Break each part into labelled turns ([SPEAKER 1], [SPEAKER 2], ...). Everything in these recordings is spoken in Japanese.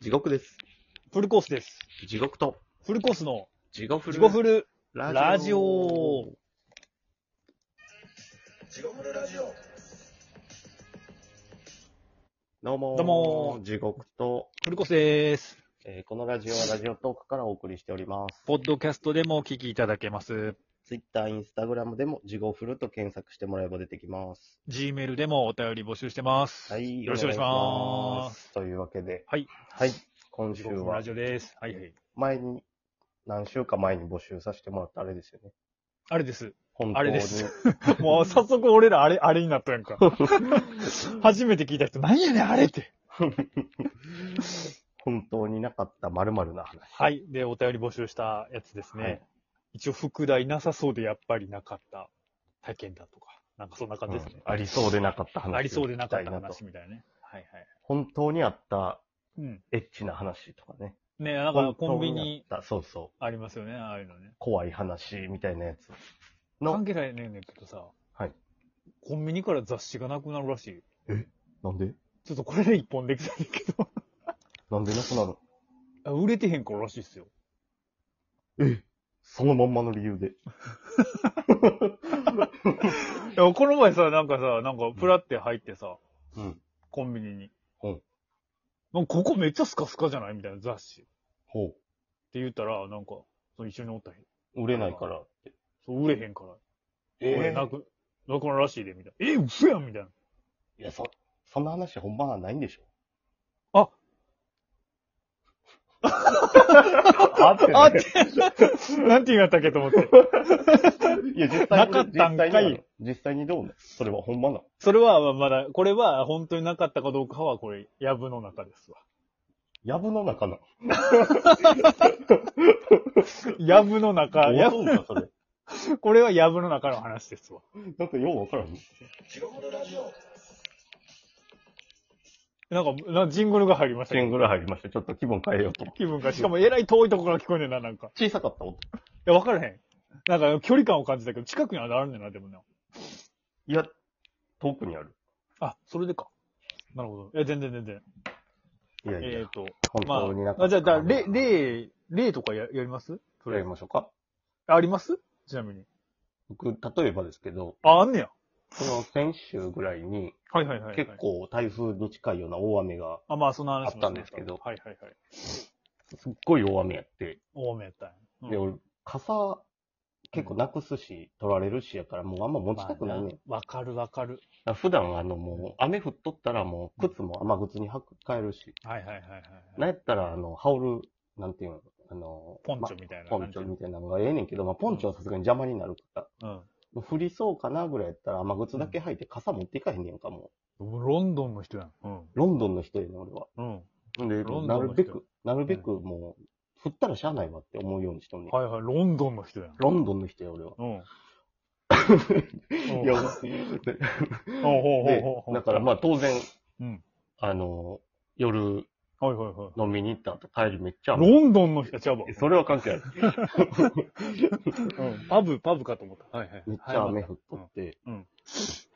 [SPEAKER 1] 地獄です。
[SPEAKER 2] フルコースです。
[SPEAKER 1] 地獄と、
[SPEAKER 2] フルコースの
[SPEAKER 1] 地獄フル
[SPEAKER 2] 自己フル。
[SPEAKER 1] ラ
[SPEAKER 2] ラジオ
[SPEAKER 1] 地獄フルラジオどうもー
[SPEAKER 2] どうも
[SPEAKER 1] 地獄と、
[SPEAKER 2] フルコースです。
[SPEAKER 1] えーこのラジオはラジオトークからお送りしております。
[SPEAKER 2] ポッドキャストでもお聞きいただけます。
[SPEAKER 1] ツイッター、インスタグラムでも地獄フルと検索してもらえば出てきます。
[SPEAKER 2] Gmail でもお便り募集してます。
[SPEAKER 1] はい。
[SPEAKER 2] よろしくお願い
[SPEAKER 1] お
[SPEAKER 2] し
[SPEAKER 1] 願いしま
[SPEAKER 2] ます。
[SPEAKER 1] す。というわけで、
[SPEAKER 2] はい。
[SPEAKER 1] はい。今
[SPEAKER 2] 地
[SPEAKER 1] 週
[SPEAKER 2] 獄の
[SPEAKER 1] は
[SPEAKER 2] ラジ、オです。はいはい。
[SPEAKER 1] 前に、何週か前に募集させてもらったあれですよね。
[SPEAKER 2] あれです。
[SPEAKER 1] 本当に。
[SPEAKER 2] あれですもう早速俺らあれ、あれになった やんか。初めて聞いた人、何やねんあれって。
[SPEAKER 1] 本当になかったまるな話。
[SPEAKER 2] はい。で、お便り募集したやつですね。
[SPEAKER 1] はい
[SPEAKER 2] 一応、副題なさそうでやっぱりなかった体験だとか、なんかそんな感じですね。
[SPEAKER 1] ありそうでなかった話。
[SPEAKER 2] ありそうでなかった
[SPEAKER 1] と
[SPEAKER 2] 話みたいなね。はいはい。
[SPEAKER 1] 本当にあった
[SPEAKER 2] うん。
[SPEAKER 1] エッチな話とかね。
[SPEAKER 2] ねなんかコ
[SPEAKER 1] 本
[SPEAKER 2] ンビ
[SPEAKER 1] 当に
[SPEAKER 2] ニ
[SPEAKER 1] あった。そうそう。
[SPEAKER 2] ありますよね、ああいうのね。
[SPEAKER 1] 怖い話みたいなやつ。
[SPEAKER 2] 関
[SPEAKER 1] の、
[SPEAKER 2] 係ないねんねんけどさ、
[SPEAKER 1] はい。
[SPEAKER 2] コンビニから雑誌がなくなるらしいよ。
[SPEAKER 1] なんで
[SPEAKER 2] ちょっとこれで一本できたんだけど
[SPEAKER 1] なんでなくなる
[SPEAKER 2] あ、売れてへんかららしいっすよ。
[SPEAKER 1] えそのまんまの理由で。
[SPEAKER 2] いや、この前さ、なんかさ、なんかプラって入ってさ、
[SPEAKER 1] うん。
[SPEAKER 2] コンビニに。
[SPEAKER 1] うん。
[SPEAKER 2] なんかここめっちゃスカスカじゃないみたいな雑誌。って
[SPEAKER 1] ほ
[SPEAKER 2] 言ったら、なんか、そう一緒におったへん。
[SPEAKER 1] う。売れないからって。
[SPEAKER 2] そう売れへんから。
[SPEAKER 1] え
[SPEAKER 2] これなく、なくなるらしいで、みたいな。え、嘘やんみたいな。
[SPEAKER 1] いや、そ、そんな話ほんまはないんでしょ
[SPEAKER 2] あって、 あって、なんて言うんやったっけと思って。
[SPEAKER 1] いや、実
[SPEAKER 2] なかったんかい
[SPEAKER 1] 実際に実際にどうなのそれはほんまなの
[SPEAKER 2] それは、まだ、これは本当になかったかどうかは、これ、やぶの中です わ。
[SPEAKER 1] やぶの中なの
[SPEAKER 2] やぶの中、や
[SPEAKER 1] どうなの それ。
[SPEAKER 2] ぶこれはやぶの中の話ですわ。
[SPEAKER 1] なんかようわからん。
[SPEAKER 2] なんか、なジングルが入りました
[SPEAKER 1] シ
[SPEAKER 2] け
[SPEAKER 1] ン
[SPEAKER 2] ど。
[SPEAKER 1] グル入りました。ちょっと気分変えようと思って。
[SPEAKER 2] 気分が、しかもえらい遠いとこから聞こえんねんな、なんか。い
[SPEAKER 1] 小さかった音。
[SPEAKER 2] や、わからへん。なんか、距離感を感じたけど、近くにはあるねんな、でもな。
[SPEAKER 1] いや、遠くにある。
[SPEAKER 2] あ、それでか。なるほど。え、全然全然。
[SPEAKER 1] いやい
[SPEAKER 2] え
[SPEAKER 1] や
[SPEAKER 2] っ、、と、
[SPEAKER 1] 本
[SPEAKER 2] ま
[SPEAKER 1] 当になか
[SPEAKER 2] あ、あ
[SPEAKER 1] った
[SPEAKER 2] じゃあ、だ
[SPEAKER 1] から
[SPEAKER 2] 例、例、例とかややります
[SPEAKER 1] それやりましょうか。
[SPEAKER 2] ありますちなみに。
[SPEAKER 1] 僕、例えばですけど、
[SPEAKER 2] あ、あんねや。
[SPEAKER 1] この先週ぐらいに、
[SPEAKER 2] はいはいはい、はい。
[SPEAKER 1] 結構台風に近いような大雨が、
[SPEAKER 2] あ、まあ、そんな話も
[SPEAKER 1] あったんですけど
[SPEAKER 2] はいはいはい。
[SPEAKER 1] すっごい大雨やって、
[SPEAKER 2] 多めやったんやうん
[SPEAKER 1] で、俺、傘、結構なくすし、取られるしやから、もうあんま持ちたくないねん。だか
[SPEAKER 2] まあなわかるわかる。
[SPEAKER 1] ら普段、あの、もう、雨降っとったら、もう、靴も雨靴に履く替えるし、
[SPEAKER 2] はいはいはいはい。
[SPEAKER 1] なんやったら、あの、羽織る、なんていうの、あの、
[SPEAKER 2] ポン
[SPEAKER 1] ま
[SPEAKER 2] チョみたいな
[SPEAKER 1] ポ
[SPEAKER 2] 感
[SPEAKER 1] ンチ
[SPEAKER 2] じ。
[SPEAKER 1] ョみたいなのがええねんけど、まあ、ポンチョはさすがに邪魔になるから、もう降りそうかなぐらいやったら、雨靴だけ履いて傘持っていかへんねんか、も
[SPEAKER 2] うん。ロンドンの人やん。うん。
[SPEAKER 1] う。ロンドンの人やねん、俺は。
[SPEAKER 2] うん。
[SPEAKER 1] で、
[SPEAKER 2] ロンドン
[SPEAKER 1] な
[SPEAKER 2] の人
[SPEAKER 1] るべく、なるべくもう、降ったらしゃあないわって思うようにしとんねん。
[SPEAKER 2] はいはい、ロンドンの人やん。
[SPEAKER 1] ロンドンの人や、俺 は。
[SPEAKER 2] うん。
[SPEAKER 1] いや、
[SPEAKER 2] うん
[SPEAKER 1] で
[SPEAKER 2] ほうほう
[SPEAKER 1] で
[SPEAKER 2] ほうほう。
[SPEAKER 1] だからまあ当然、
[SPEAKER 2] うん
[SPEAKER 1] あの、夜
[SPEAKER 2] あ。はいはいは
[SPEAKER 1] 飲みに行った後帰りめっちゃ
[SPEAKER 2] い。
[SPEAKER 1] 雨。
[SPEAKER 2] ロンドンの人ちゃうわ。
[SPEAKER 1] それは関係ない。
[SPEAKER 2] うん。パブ、パブかと思った。はいはい
[SPEAKER 1] めっちゃ雨降っとって
[SPEAKER 2] うんうん、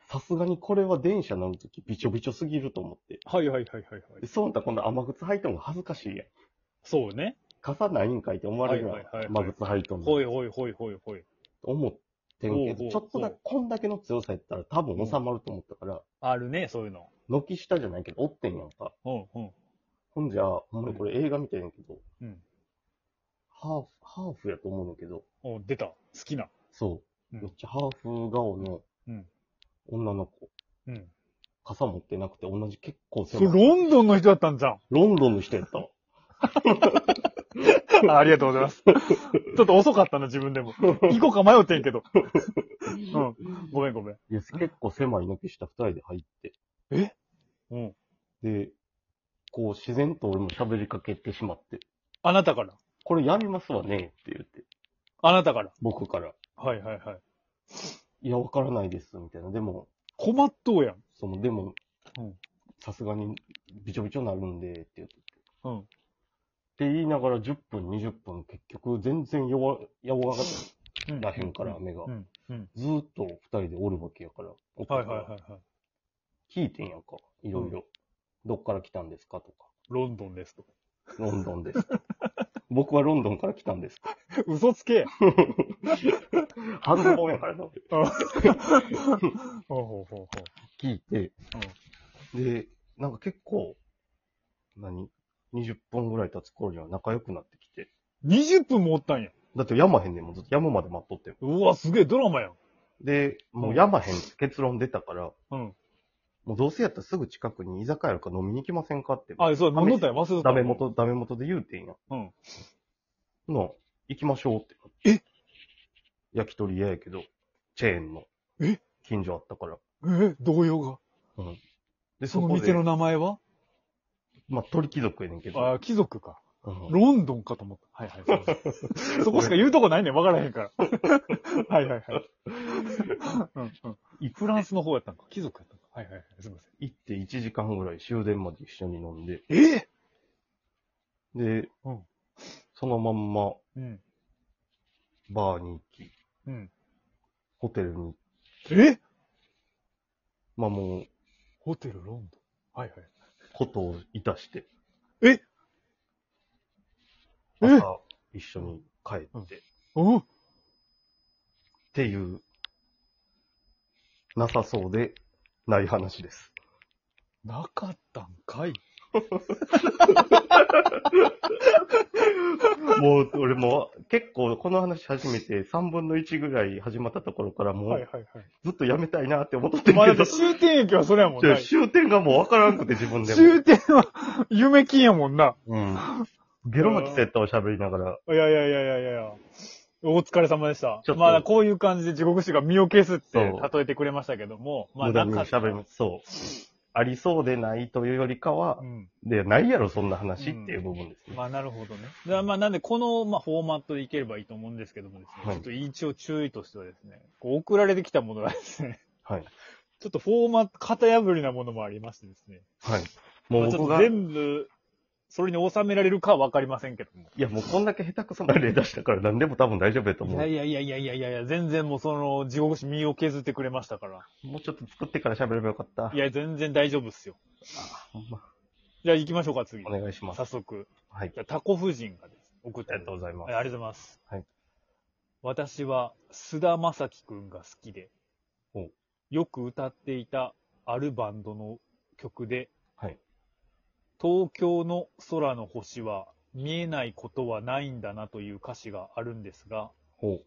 [SPEAKER 1] さすがにこれは電車乗るときびちょびちょすぎると思って。
[SPEAKER 2] はいはいはいはいはい
[SPEAKER 1] で。そうなったら今度雨靴履いても恥ずかしいやん。
[SPEAKER 2] そうね。
[SPEAKER 1] 傘ないんかいって思われるやん
[SPEAKER 2] はいはいはいはい
[SPEAKER 1] 雨靴履いとんの
[SPEAKER 2] ほいほいほいほいほい。
[SPEAKER 1] 思ってんけ
[SPEAKER 2] ほうほ
[SPEAKER 1] ど、
[SPEAKER 2] う
[SPEAKER 1] ちょっとだけ、こんだけの強さやったら多分収まると思ったから、
[SPEAKER 2] あるね、そういうの。
[SPEAKER 1] 軒下じゃないけど、折ってんやんか。
[SPEAKER 2] うんうん。
[SPEAKER 1] ほんじゃ、ほんまにこれ映画みたいやけど、
[SPEAKER 2] うん
[SPEAKER 1] ハーフ、ハーフやと思うねんだけど、
[SPEAKER 2] お、出た。好きな。
[SPEAKER 1] そう、
[SPEAKER 2] うん
[SPEAKER 1] めっちゃハーフ顔の
[SPEAKER 2] うん
[SPEAKER 1] 女の子、
[SPEAKER 2] うん。
[SPEAKER 1] 傘持ってなくて同じ結構
[SPEAKER 2] それ、
[SPEAKER 1] 狭い。
[SPEAKER 2] ロンドンの人だったんじゃん。
[SPEAKER 1] ロンドンの人やったわ。
[SPEAKER 2] あありがとうございます。ちょっと遅かったな、自分 でも。行こうか迷ってんけど。うん。ごめんごめん。
[SPEAKER 1] いや結構狭い軒下二人で入って、
[SPEAKER 2] うん。
[SPEAKER 1] で、こう自然と俺も喋りかけてしまって、
[SPEAKER 2] あなたから。
[SPEAKER 1] これやりますわねって言って、
[SPEAKER 2] あなたから。
[SPEAKER 1] 僕から。
[SPEAKER 2] はいはいはい。
[SPEAKER 1] いや、わからないです、みたいな。でも、
[SPEAKER 2] 困っとうやん。
[SPEAKER 1] その、でも
[SPEAKER 2] うん、
[SPEAKER 1] さすがに、びちょびちょになるんで、って言って。
[SPEAKER 2] うん
[SPEAKER 1] って言いながら10分、20分、結局全然弱、弱がらへんから、目が
[SPEAKER 2] う。ん。うん。
[SPEAKER 1] ずーっと二人でおるわけやから。
[SPEAKER 2] はいはいはいはい。
[SPEAKER 1] 聞いてんやんか、いろいろ。どっから来たんですかとか。
[SPEAKER 2] ロンドンですと。
[SPEAKER 1] ロンドンです。 僕はロンドンから来たんです。
[SPEAKER 2] 嘘つけ
[SPEAKER 1] 反応やからな。
[SPEAKER 2] ほうほうほうほう。
[SPEAKER 1] 聞いて、で、なんか結構、何 ?20 分ぐらい経つ頃には仲良くなってきて。
[SPEAKER 2] 20分もおったんや。
[SPEAKER 1] だって山へんねんもん、ずっと山まで待っとっても。
[SPEAKER 2] うわ、すげえドラマやん。
[SPEAKER 1] で、もう山へんって結論出たから、
[SPEAKER 2] うん。
[SPEAKER 1] もうどうせやったらすぐ近くに居酒屋あるから飲みに行きませんかって。
[SPEAKER 2] あ、そう、飲んどったんや。忘れとった。
[SPEAKER 1] ダメ。元、ダメ元で言うてんや。
[SPEAKER 2] うん。
[SPEAKER 1] の、行きましょうって。
[SPEAKER 2] え
[SPEAKER 1] 焼き鳥屋やけど、チェーンの。
[SPEAKER 2] え
[SPEAKER 1] 近所あったから。
[SPEAKER 2] え、同様が。
[SPEAKER 1] で、そ
[SPEAKER 2] その
[SPEAKER 1] こ
[SPEAKER 2] 店
[SPEAKER 1] で、
[SPEAKER 2] の名前は
[SPEAKER 1] まあ、鳥貴族やねんけど。
[SPEAKER 2] あ、貴族か。
[SPEAKER 1] うん
[SPEAKER 2] ロンドンかと思った。はいはいそう。そこしか言うとこないねん。わからへんから。はいはいはい。うんうん。
[SPEAKER 1] 行く
[SPEAKER 2] フランスの方やったんか。貴族やったんか。はいはいはい。すいません。
[SPEAKER 1] 行って1時間ぐらい終電まで一緒に飲んで、
[SPEAKER 2] ええ
[SPEAKER 1] で、
[SPEAKER 2] うん
[SPEAKER 1] そのまんま
[SPEAKER 2] うん。
[SPEAKER 1] バーに行き、
[SPEAKER 2] うん。
[SPEAKER 1] ホテルに、
[SPEAKER 2] え
[SPEAKER 1] まあもう、
[SPEAKER 2] ホテルロンドン。はいはい。
[SPEAKER 1] ことをいたして、
[SPEAKER 2] ええ
[SPEAKER 1] 朝一緒に帰って、
[SPEAKER 2] うん
[SPEAKER 1] っ
[SPEAKER 2] お
[SPEAKER 1] ていう、なさそうでない話 です。
[SPEAKER 2] なかったんかい。
[SPEAKER 1] もう、俺も結構この話始めて3分の1ぐらい始まったところからも
[SPEAKER 2] はいは
[SPEAKER 1] う
[SPEAKER 2] いはい。
[SPEAKER 1] ずっとやめたいなって思っとってん
[SPEAKER 2] まあだ
[SPEAKER 1] け
[SPEAKER 2] って
[SPEAKER 1] ど、
[SPEAKER 2] 終点駅はそれやもん
[SPEAKER 1] で
[SPEAKER 2] な。
[SPEAKER 1] 終点がもうわからんくて自分でも。
[SPEAKER 2] 終点は夢金やもんな。
[SPEAKER 1] うん。ゲロ巻きそうやったわ、喋りながら。
[SPEAKER 2] いやいやいやいやいやいや。お疲れ様でした
[SPEAKER 1] ちょっと。
[SPEAKER 2] まあ、こういう感じで地獄師が身を消すって
[SPEAKER 1] そう
[SPEAKER 2] 例えてくれましたけども、まあ、
[SPEAKER 1] 無駄に
[SPEAKER 2] なかった
[SPEAKER 1] 喋ります。そう。ありそうでないというよりかは
[SPEAKER 2] う、ん。
[SPEAKER 1] で、ないやろ、そんな話っていう部分ですね。
[SPEAKER 2] まあ、なるほどね。だからまあ、なんで、この、まあ、フォーマットでいければいいと思うんですけどもです
[SPEAKER 1] は
[SPEAKER 2] ね、
[SPEAKER 1] い
[SPEAKER 2] ちょっと一応注意としてはですね、こう送られてきたものがですね、
[SPEAKER 1] はい。
[SPEAKER 2] ちょっとフォーマット、型破りなものもありましてですね、
[SPEAKER 1] はい。
[SPEAKER 2] ま
[SPEAKER 1] も
[SPEAKER 2] あ、
[SPEAKER 1] う
[SPEAKER 2] ちょ
[SPEAKER 1] 僕
[SPEAKER 2] っと
[SPEAKER 1] が、い
[SPEAKER 2] 全部、それに収められるかはわかりませんけども。
[SPEAKER 1] や、もうこんだけ下手くそな例出したから何でも多分大丈夫やと
[SPEAKER 2] い
[SPEAKER 1] 思
[SPEAKER 2] や
[SPEAKER 1] う。
[SPEAKER 2] いやいやいやいやいやいや、全然もうその、地獄師身を削ってくれましたから。
[SPEAKER 1] もうちょっと作ってから喋ればよかった。
[SPEAKER 2] いや、全然大丈夫っすよ。
[SPEAKER 1] ほんま
[SPEAKER 2] じゃあ行きましょうか、次
[SPEAKER 1] お。願いします。
[SPEAKER 2] 早速。
[SPEAKER 1] はい。
[SPEAKER 2] じゃあタコ夫人がです。送っ
[SPEAKER 1] あ
[SPEAKER 2] て
[SPEAKER 1] りがとうございます
[SPEAKER 2] はい。ありがとうございます。
[SPEAKER 1] はい
[SPEAKER 2] 私は、菅田将暉くんが好きで
[SPEAKER 1] お、
[SPEAKER 2] よく歌っていたあるバンドの曲で、
[SPEAKER 1] はい。
[SPEAKER 2] 東京の空の星は見えないことはないんだなという歌詞があるんですが、
[SPEAKER 1] ほ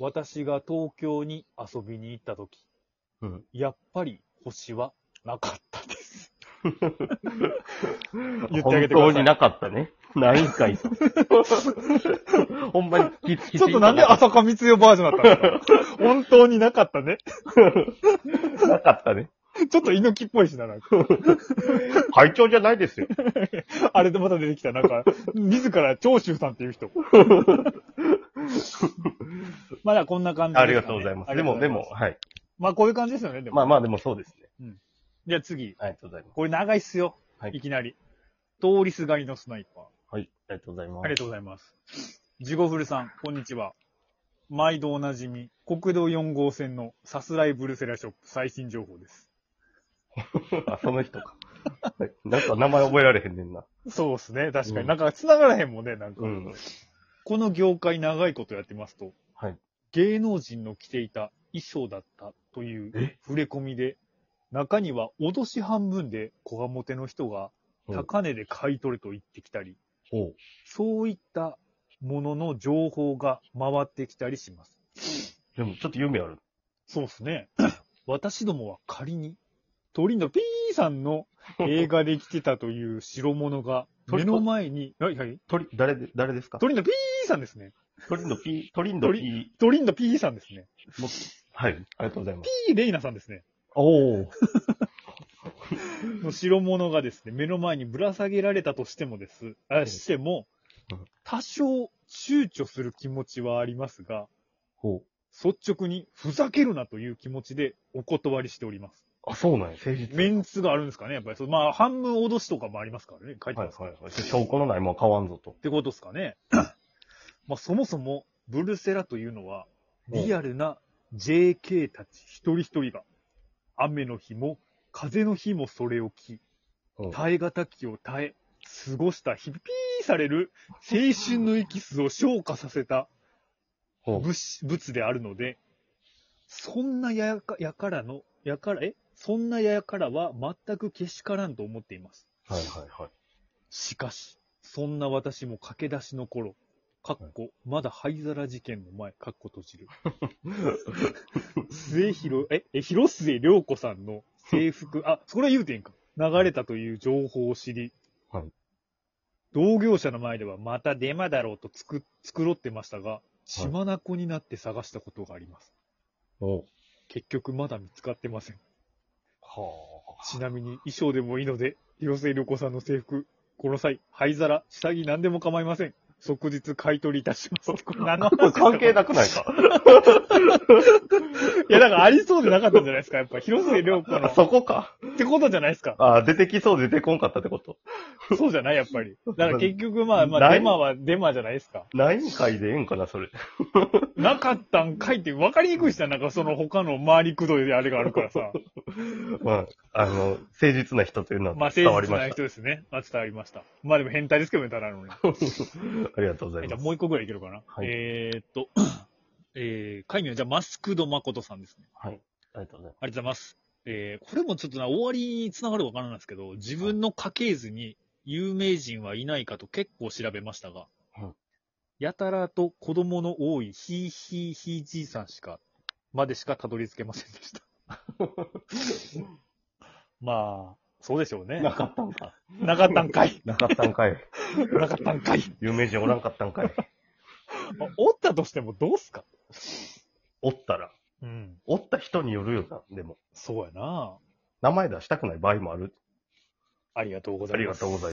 [SPEAKER 2] 私が東京に遊びに行った時、
[SPEAKER 1] う。うん。
[SPEAKER 2] やっぱり星はなかっ たです。言ってあ
[SPEAKER 1] 本
[SPEAKER 2] げてください
[SPEAKER 1] 当になかったね。ないんかいと。ほんまにき、き
[SPEAKER 2] ちょっとなんで
[SPEAKER 1] な
[SPEAKER 2] 浅香光代バージョンだったんで すか本当になかったね。
[SPEAKER 1] かったね。
[SPEAKER 2] ちょっと猪木っぽいしな、なんか。
[SPEAKER 1] 会長じゃないですよ。
[SPEAKER 2] あれでまた出てきた、なんか、自ら長州さんってい う人。まだこんな感じですか
[SPEAKER 1] あ
[SPEAKER 2] ね
[SPEAKER 1] りがとうございます。でも、でも、。はい。
[SPEAKER 2] まあこういう感じですよね、でも。
[SPEAKER 1] まあまあ、でもそうですね。
[SPEAKER 2] じゃあ次。
[SPEAKER 1] ありがとうございます。
[SPEAKER 2] これ長いっすよ。
[SPEAKER 1] はい
[SPEAKER 2] いきなり。通りすがりのスナイパー。
[SPEAKER 1] はい。ありがとうございます。
[SPEAKER 2] ありがとうございます。ジゴフルさん、こんにちは。毎度おなじみ、国道4号線のさすらいブルセラショップ最新情報です。
[SPEAKER 1] あ、その人か。はいなんか名前覚えられへんねんな。
[SPEAKER 2] そうですね、確か
[SPEAKER 1] うん
[SPEAKER 2] に。なんか繋がらへんもんね、なんか。
[SPEAKER 1] うん。
[SPEAKER 2] この業界長いことやってますと、
[SPEAKER 1] はい。
[SPEAKER 2] 芸能人の着ていた衣装だったという
[SPEAKER 1] え
[SPEAKER 2] 触れ込みで、中には脅し半分で小がもての人が高値で買い取れと言ってきたり、
[SPEAKER 1] ほう。
[SPEAKER 2] そういったものの情報が回ってきたりします。
[SPEAKER 1] でもちょっと夢ある。
[SPEAKER 2] そうですね。 私どもは仮に、鳥の P さんの映画で着てたという白 物が、目
[SPEAKER 1] 鳥
[SPEAKER 2] の前に、はいはい。
[SPEAKER 1] 鳥、誰で、誰ですか
[SPEAKER 2] 鳥の P さんですね。
[SPEAKER 1] 鳥の P、鳥の P。
[SPEAKER 2] 鳥の P さんですね。
[SPEAKER 1] はい。ありがとうございます。
[SPEAKER 2] P レイナさんですね。
[SPEAKER 1] おお。
[SPEAKER 2] の白物がですね、目の前にぶら下げられたとしてもです、あしても
[SPEAKER 1] うん、
[SPEAKER 2] 多少躊躇する気持ちはありますが、
[SPEAKER 1] ほ
[SPEAKER 2] 率直にふざけるなという気持ちでお断りしております。
[SPEAKER 1] う。あ、そうなんや。誠実。
[SPEAKER 2] メンツがあるんですかね、やっぱり。そうまあ、半分脅しとかもありますからね、書いて
[SPEAKER 1] は
[SPEAKER 2] ま
[SPEAKER 1] い
[SPEAKER 2] す
[SPEAKER 1] はいはい。証拠のないもんは買わんぞと
[SPEAKER 2] っ。てことですかね。 まあ、そもそも、ブルセラというのは、リアルな JK たち一人一人が、雨の日も風の日もそれを着、
[SPEAKER 1] うん
[SPEAKER 2] 耐え難きを耐え、過ごした日々、ピーされる青春のエキスを昇華させた
[SPEAKER 1] うん
[SPEAKER 2] 物資物であるので、そんなややかやからの、やから、えそんなややからは全くけしからんと思っています。
[SPEAKER 1] はいはいはい。
[SPEAKER 2] しかし、そんな私も駆け出しの頃、かっこ、まだ灰皿事件の前、かっこ閉 じる。末広、え、え広末涼子さんの制服、あ、それは言うてんか。流れたという情報を知り、
[SPEAKER 1] はい
[SPEAKER 2] 同業者の前ではまたデマだろうとつく、繕ってましたが、血眼になって探したことがあります。
[SPEAKER 1] お
[SPEAKER 2] 結局まだ見つかってません。
[SPEAKER 1] は
[SPEAKER 2] ちなみに衣装でもいいので、広末涼子さんの制服、この際、灰皿、下着何でも構いません。即日買い取りいたします。これ何の
[SPEAKER 1] あ。これ
[SPEAKER 2] 話
[SPEAKER 1] 関係
[SPEAKER 2] い
[SPEAKER 1] なく ないか
[SPEAKER 2] や、だからありそうでなかったんじゃないですか。やっぱ広末涼子の。
[SPEAKER 1] あ
[SPEAKER 2] っ
[SPEAKER 1] そこか。
[SPEAKER 2] てことじゃないですか。
[SPEAKER 1] あ、出てきそう出てこんかったってこと。
[SPEAKER 2] そうじゃないやっぱり。だから結局まあ、まあ、
[SPEAKER 1] ない
[SPEAKER 2] デマはデマじゃないですか。
[SPEAKER 1] 何回でええんかな、それ。
[SPEAKER 2] なかったんかいって分かりにくいしな、なんかその他の周りくどいであれがあるからさ。
[SPEAKER 1] まあ、あの、誠実な人というの
[SPEAKER 2] ま
[SPEAKER 1] は
[SPEAKER 2] あ、
[SPEAKER 1] 伝わ
[SPEAKER 2] 誠
[SPEAKER 1] り
[SPEAKER 2] 実
[SPEAKER 1] ま
[SPEAKER 2] な
[SPEAKER 1] した。
[SPEAKER 2] 人ですね。まあ、伝わりました。まあでも変態ですけどね、ただのね。
[SPEAKER 1] ありがとうござい
[SPEAKER 2] じゃ
[SPEAKER 1] ま
[SPEAKER 2] あ
[SPEAKER 1] す。
[SPEAKER 2] もう一個ぐらいいけるかな。
[SPEAKER 1] はい
[SPEAKER 2] えーっと、 えー、会名はじゃあマスクド誠さんですね。
[SPEAKER 1] はい。ありがとうございま
[SPEAKER 2] ありがとうございます。えー、これもちょっとな、終わりにつながるかわからないですけど、自分の家系図に有名人はいないかと結構調べましたが、
[SPEAKER 1] はい
[SPEAKER 2] やたらと子供の多いひいひいひいじいさんしか、までしかたどり着けません でした。まあ、そうでしょうね。
[SPEAKER 1] す。なかったんか。
[SPEAKER 2] なかったんかい。
[SPEAKER 1] なかったんかい。
[SPEAKER 2] なかったんかい。
[SPEAKER 1] 有名人おらんかったんかい。
[SPEAKER 2] あおったとしてもどうすか
[SPEAKER 1] おったら。
[SPEAKER 2] うん。
[SPEAKER 1] おった人によるよな、でも。
[SPEAKER 2] そうやな。
[SPEAKER 1] 名前出したくない場合もある。
[SPEAKER 2] ありがとうござ
[SPEAKER 1] あ
[SPEAKER 2] い
[SPEAKER 1] り
[SPEAKER 2] ま
[SPEAKER 1] が
[SPEAKER 2] す。
[SPEAKER 1] とうございます。